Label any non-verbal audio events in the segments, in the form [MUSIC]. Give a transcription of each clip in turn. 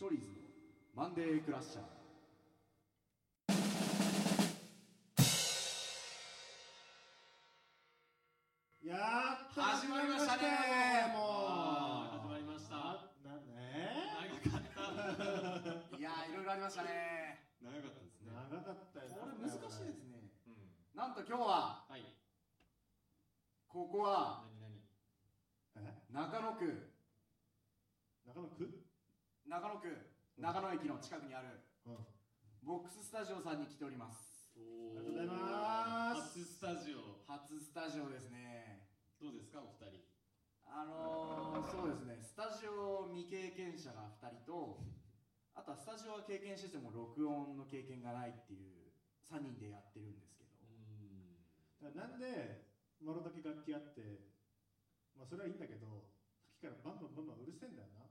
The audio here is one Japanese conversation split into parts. ーリーズのマンデークラッシャーいやー始まりましたねもあーう始まりましたなね長かったいやーいろいろありましたね長かったです長かったよね。これ難しいですねうん。なんと今日ははい。ここは何何。え中野区中野区中野区中野駅の近くにあるうんボックススタジオさんに来ておりますおありがとうございます初スタジオ。初スタジオですねどうですか、お二人。あのー、そうですねスタジオ未経験者が2人とあとはスタジオは経験してても録音の経験がないっていう3人でやってるんですけどだうん。からなんで丸だけ楽器あってまあそれはいいんだけどさっきからバンバンバンバンうるせえんだよな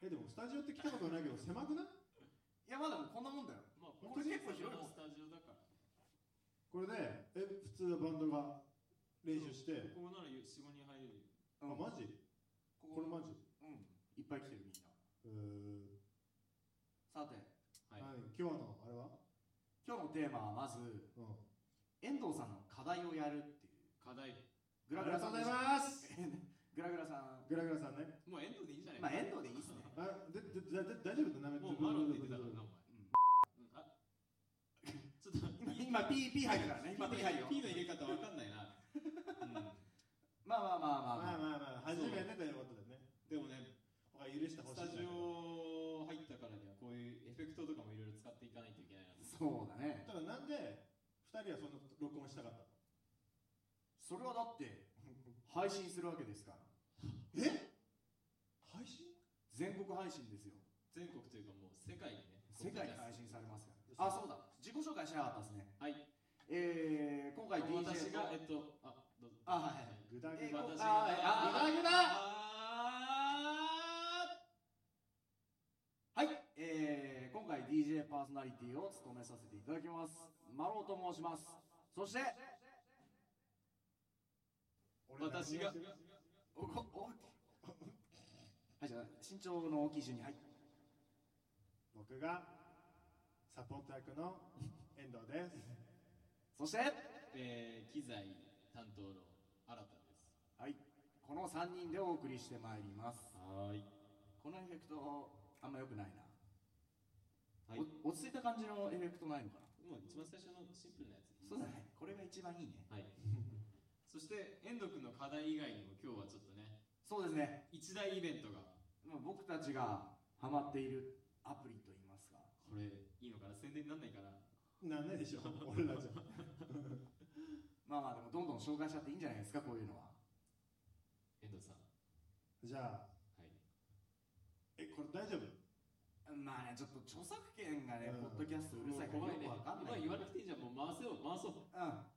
えでもスタジオって来たことないけど狭くないいやまあでもこんなもんだよまあ、これ結構広いもんスタジオだから。これねえ普通はバンドが練習して、ここなら、四五人入れるよ。うあんマジここれマジうんいっぱい来てるみんなうーんさてははい。い、今日のあれは今日のテーマはまずうん遠藤さんの課題をやるっていう課題。グラグラさんでしたありがとうございますグラグラさんグラグラさんねもう遠藤でいいんじゃまない。あ遠藤でいいっすねあでででで大丈夫だなめもうマロンって言ってたからな、お前。うんあ。 [LAUGHS] ちょっと。今今 P, P 入るからね今 P 入るよ P の入れ方わかんないな。まあまあまあまあ、まあまあまあまあ初めてということでねうん。でもね、あ許してほしいスタジオ入ったからには、こういうエフェクトとかもいろいろ使っていかないといけないなと。そうだねただなんで2人はそんな録音したかったのそれはだって配信するわけですからえ配信全国配信ですよ全国というか、もう世界にね。世界で配信されますからあそうだ自己紹介しなかったですねはい。えー、今回 DJ と私が、えっと、あ、どうぞ。あはいはいグダえグーこダ私があーあーグダグダあはい、えー、今回 DJ パーソナリティを務めさせていただきますマロウと申しますそして俺何を私がしてる、おおおはいじゃあ身長の大きい順にはい僕がサポート役 [LAUGHS] の遠藤ですそしてえー、機材担当の新たです。はいこの3人でお送りしてまいりますはーい。このエフェクトあんま良くないな、はい。お落ち着いた感じのエフェクトないのかなもう一番最初のシンプルなやつです。そうだねこれが一番いいねはい。 [LAUGHS] そして、遠藤君の課題以外にも今日はちょっとね、そうですね一大イベントが、まあ僕たちがハマっているアプリといいますかこれ、いいのかな宣伝になんないかななんないでしょ俺らじゃまあまあでもどんどん紹介しちゃっていいんじゃないですかこういうのは遠藤さん。じゃあはい。えこれ大丈夫まあねちょっと著作権がね、うんポッドキャストうるさいから怖よいくね。わかんまなあい言わなくていいじゃん。もう回せよう、回そう。うんまあ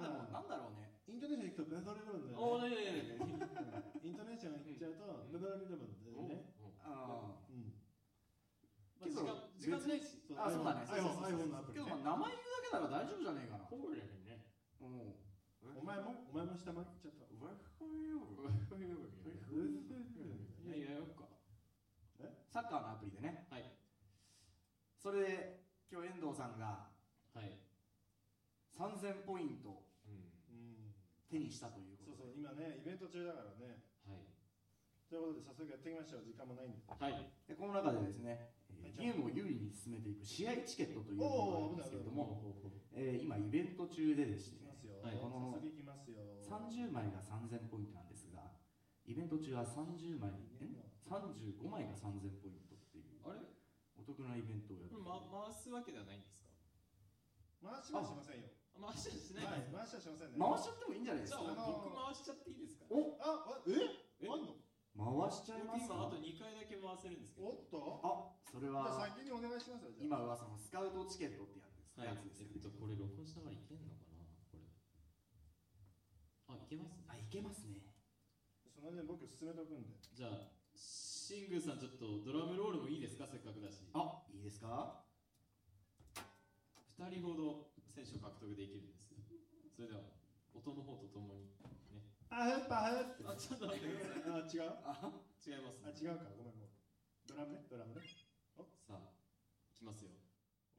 でもうんなんだろうねイントネーションいくとベトリルなんだおよお、ねねえねえねイントネーションいっちゃうとベトリルなんだえ。よねうんうんうんあうんまあ、時間、時間ないし。そうそうだね iPhone そうそうそう iPhone のアプリねけどまあ名前言うだけなら大丈夫じゃねえかなホールだよね。うんお前もお前も下回っちゃったいやいや、よっか。えサッカーのアプリでねはい。それで今日遠藤さんがはい。 3000ポイントをうん。うん手にしたということそでうそう今ねイベント中だからねはい。ということで早速やっていきましょう時間もないんではい。でこの中でですね、えーはゲいームを有利に進めていく試合チケットというものがあるんでおお危なすいけれ危ども、えー今イないベント中ででいすきねますよ、はいこの早速いきますよ30枚が3000ポイントなんですがイベント中は30枚え35枚が3000ポイントっていうあれ、お得なイベントをやってこるれ、ま、回すわけではないんですか。回しはしませんよあ回しはしなはいいです。回しはしませんね回しちゃってもいいんじゃないでじすゃかああ、の僕回しちゃっていいですか。僕おあええあんの回しちゃいます今あとか二回だけ回せるんですけど。おっとあそれじゃあは先にお願いしますよじゃ今あ噂のスカウトチケットってやつです,、はい。やつですよえねっと、これ録音しながらいけんのかな。これ。あ、いけます。あいけますねその間に僕進めとくんでじゃあ。シングさん、ちょっとドラムロールもいいですか。せっかくだし。あいいですか二人ほど選手を獲得できるんですよ。それでは音の方とともにね。あふっぱふっって。あちょっと待ってくださあ、違うあい違あ、違いますねうか。ごめんごめん。ドラムね、ドラムね。さあいきますよ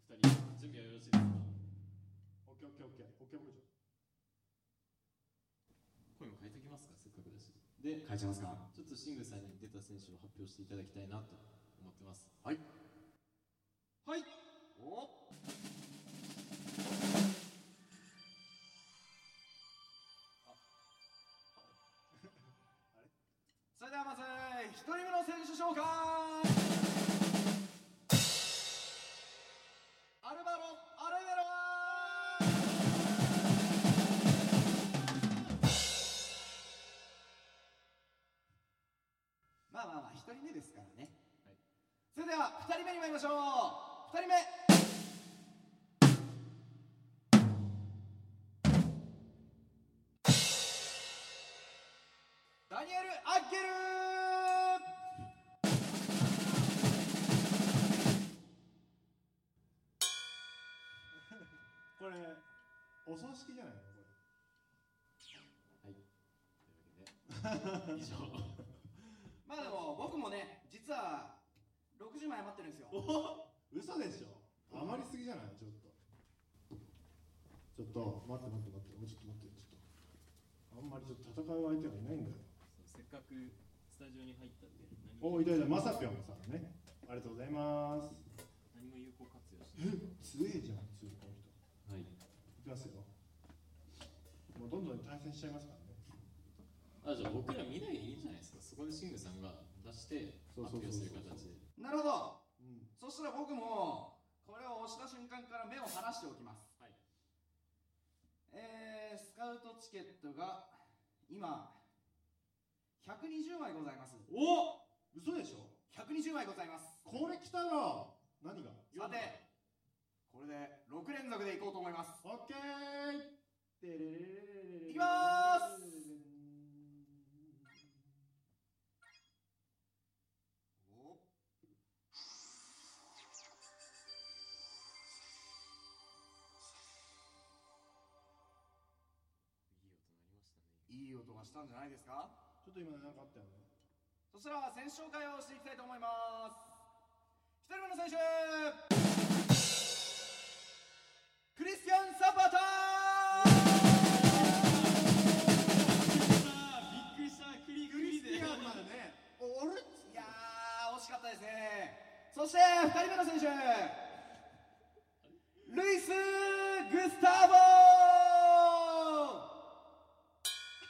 お二人準備はよろしいですかオッケーオッケーオッケー。オッケーオッケー。声も変えておきますかせっかくだしで変えちゃいますかちょっとシングさんに出た選手を発表していただきたいなと思ってますはいはいおそれでは [LAUGHS] まず一人目の選手紹介アルバロ・アレベロまあまあまあ一人目ですからね、はいそれでは二人目に参りましょう二人目ダニエル・アッゲルこれ、お葬式じゃないのこれ。というわけで以上まあでも僕もね実は60枚余ってるんですよ嘘でしょ余りすぎじゃないちょっとちょっと待って待って待ってもうちょっと待ってちょっとあんまりちょっと戦う相手がいないんだよせっかくスタジオに入ったんで何もおいたいたまさぴょんさんねありがとうございます何も有効活用してな強えいじゃん強いこの人はいいきますよもうどんどん対戦しちゃいますからねあじゃあ僕ら見ないでいいんじゃないですかそこでシングさんが出してそう発そうそうそう表する形でなるほどうんそしたら僕もこれを押した瞬間から目を離しておきます、はいえー、スカウトチケットが今120枚ございますお嘘でしょ120枚ございますこれ来たら何がさてこれで6連続でいこうと思いますオッケーいきますおいい音がしたんじゃないですかちょっと今なんかあったよねそしたら選手紹介をしていきたいと思います一人目の選手クリスティアン・サパタびっくりしたクリクリスティアンまでねおあれいやー惜しかったですねそして二人目の選手ルイス・グスターボ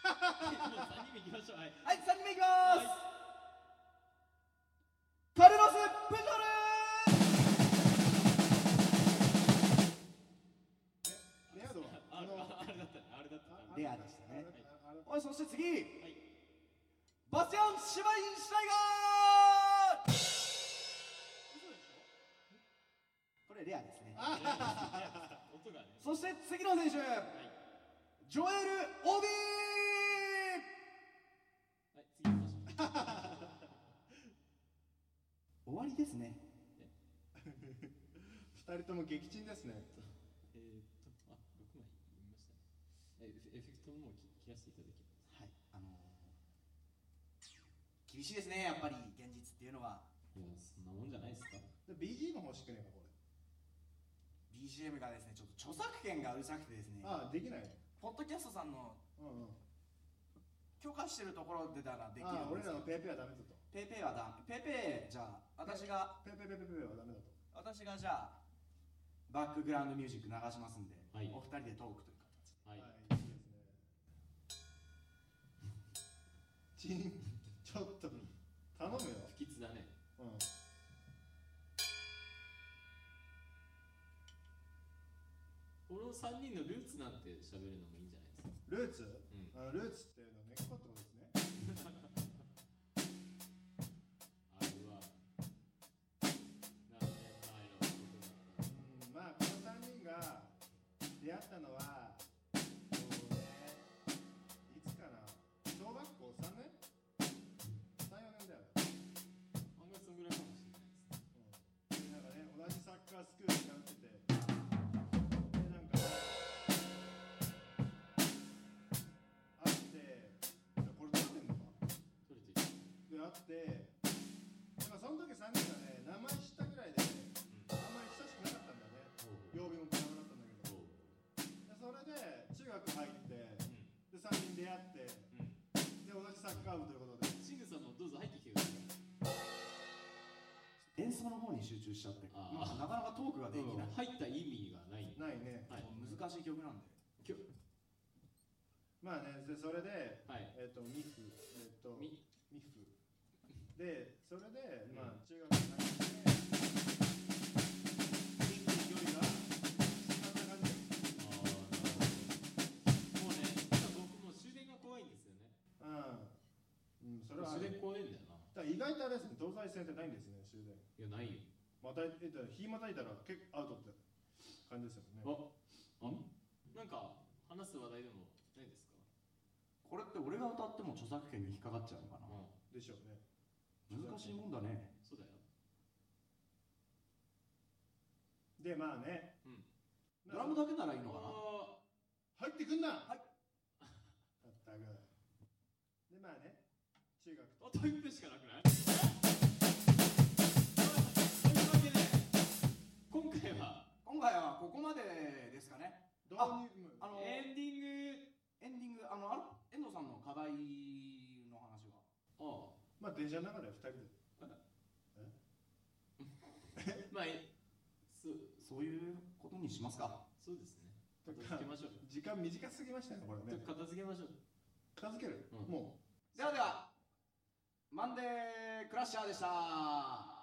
もう3人目いきましょうはいはい三人目いきます、カルロス・プジョルレアドはああのああれだったねあれだったねあれレアでしたねあれおいそして次はいバスティアン・シュバイン・シュタイガーこれレアですね音がねそして次の選手はいジョエル・オビーはい次行きましょう終わりですね二人とも撃沈ですねえーっと、あ、6枚見ましたね。え、エフエフェクトももう切切らせていただきまはす。いあのー厳しいですねやっぱり現実っていうのはいや、そんなもんじゃないですか。で BG の方しかねえかこ BGM がですねちょっと著作権がうるさくてですねれああできないポッドキャストさんのうんうん許可してるところでたらできるあんあで俺すけらどのペーペーはダメだとペーペーはダメペーペーじゃあ私がペーペーペーペーペーはダメだと私がじゃあバックグラウンドミュージック流しますんで、はいお二人でトークという形ではい。はいいいですねチンちょっと頼むよ不吉だね。うんこの3人のルーツなんて喋るのもいいんじゃないでルすか。ーツうん。あのルーツっていうのは根っこってことですねあれは、何年前のことだったうんまあこの3人が出会ったのはそうねいつかな小学校3年 ?34 年だよ、ね案外そんぐらいかもしれないです。うん、なんかね同じサッカースクールに通っててでなんか会ってがあってでもその時3人がね名前知ったぐらいであんまり親しくなかったんだよね曜日も知らなかったんだけどでそれで中学入ってで3人出会ってで同じサッカー部ということでシングさんもどうぞ入ってきてください。演奏の方に集中しちゃってあなんかーなかなかトークができない、入った意味がない。ないねはい。難しい曲なんできょまあねでそれではい。えっ、とミフえっ、とみミフでそれで、うんまあ中学に入って一気に距離が縮まった感じもうね、今僕もう終電が怖いんですよね。うん、うん、それはあ終る電怖いんだよな。だから意外とあれですね東西線ってないんですね終電いや、ないよ。またえっと日またいたら結構アウトって感じですよねあ、あなんか話す話題でもないですかこれって俺が歌っても著作権に引っかかっちゃうのかなうん。でしょうね難しいもんだねそうだよ。でまあね、うんドラムだけならいいのかなあ入ってくんなはいまったくでまあね中学ーあ、タイプしかなくないというわけで、今回は今回はここまでですかね導入あのエンディング。エンディングあのあの遠藤さんの課題の話はあまあ電車の中で2人であまあ、えそうそういうことにしますかそうですね。と片か付けましょう。時間短すぎましたねこれね片付けましょう。片付ける、うんもうではではマンデークラッシャーでした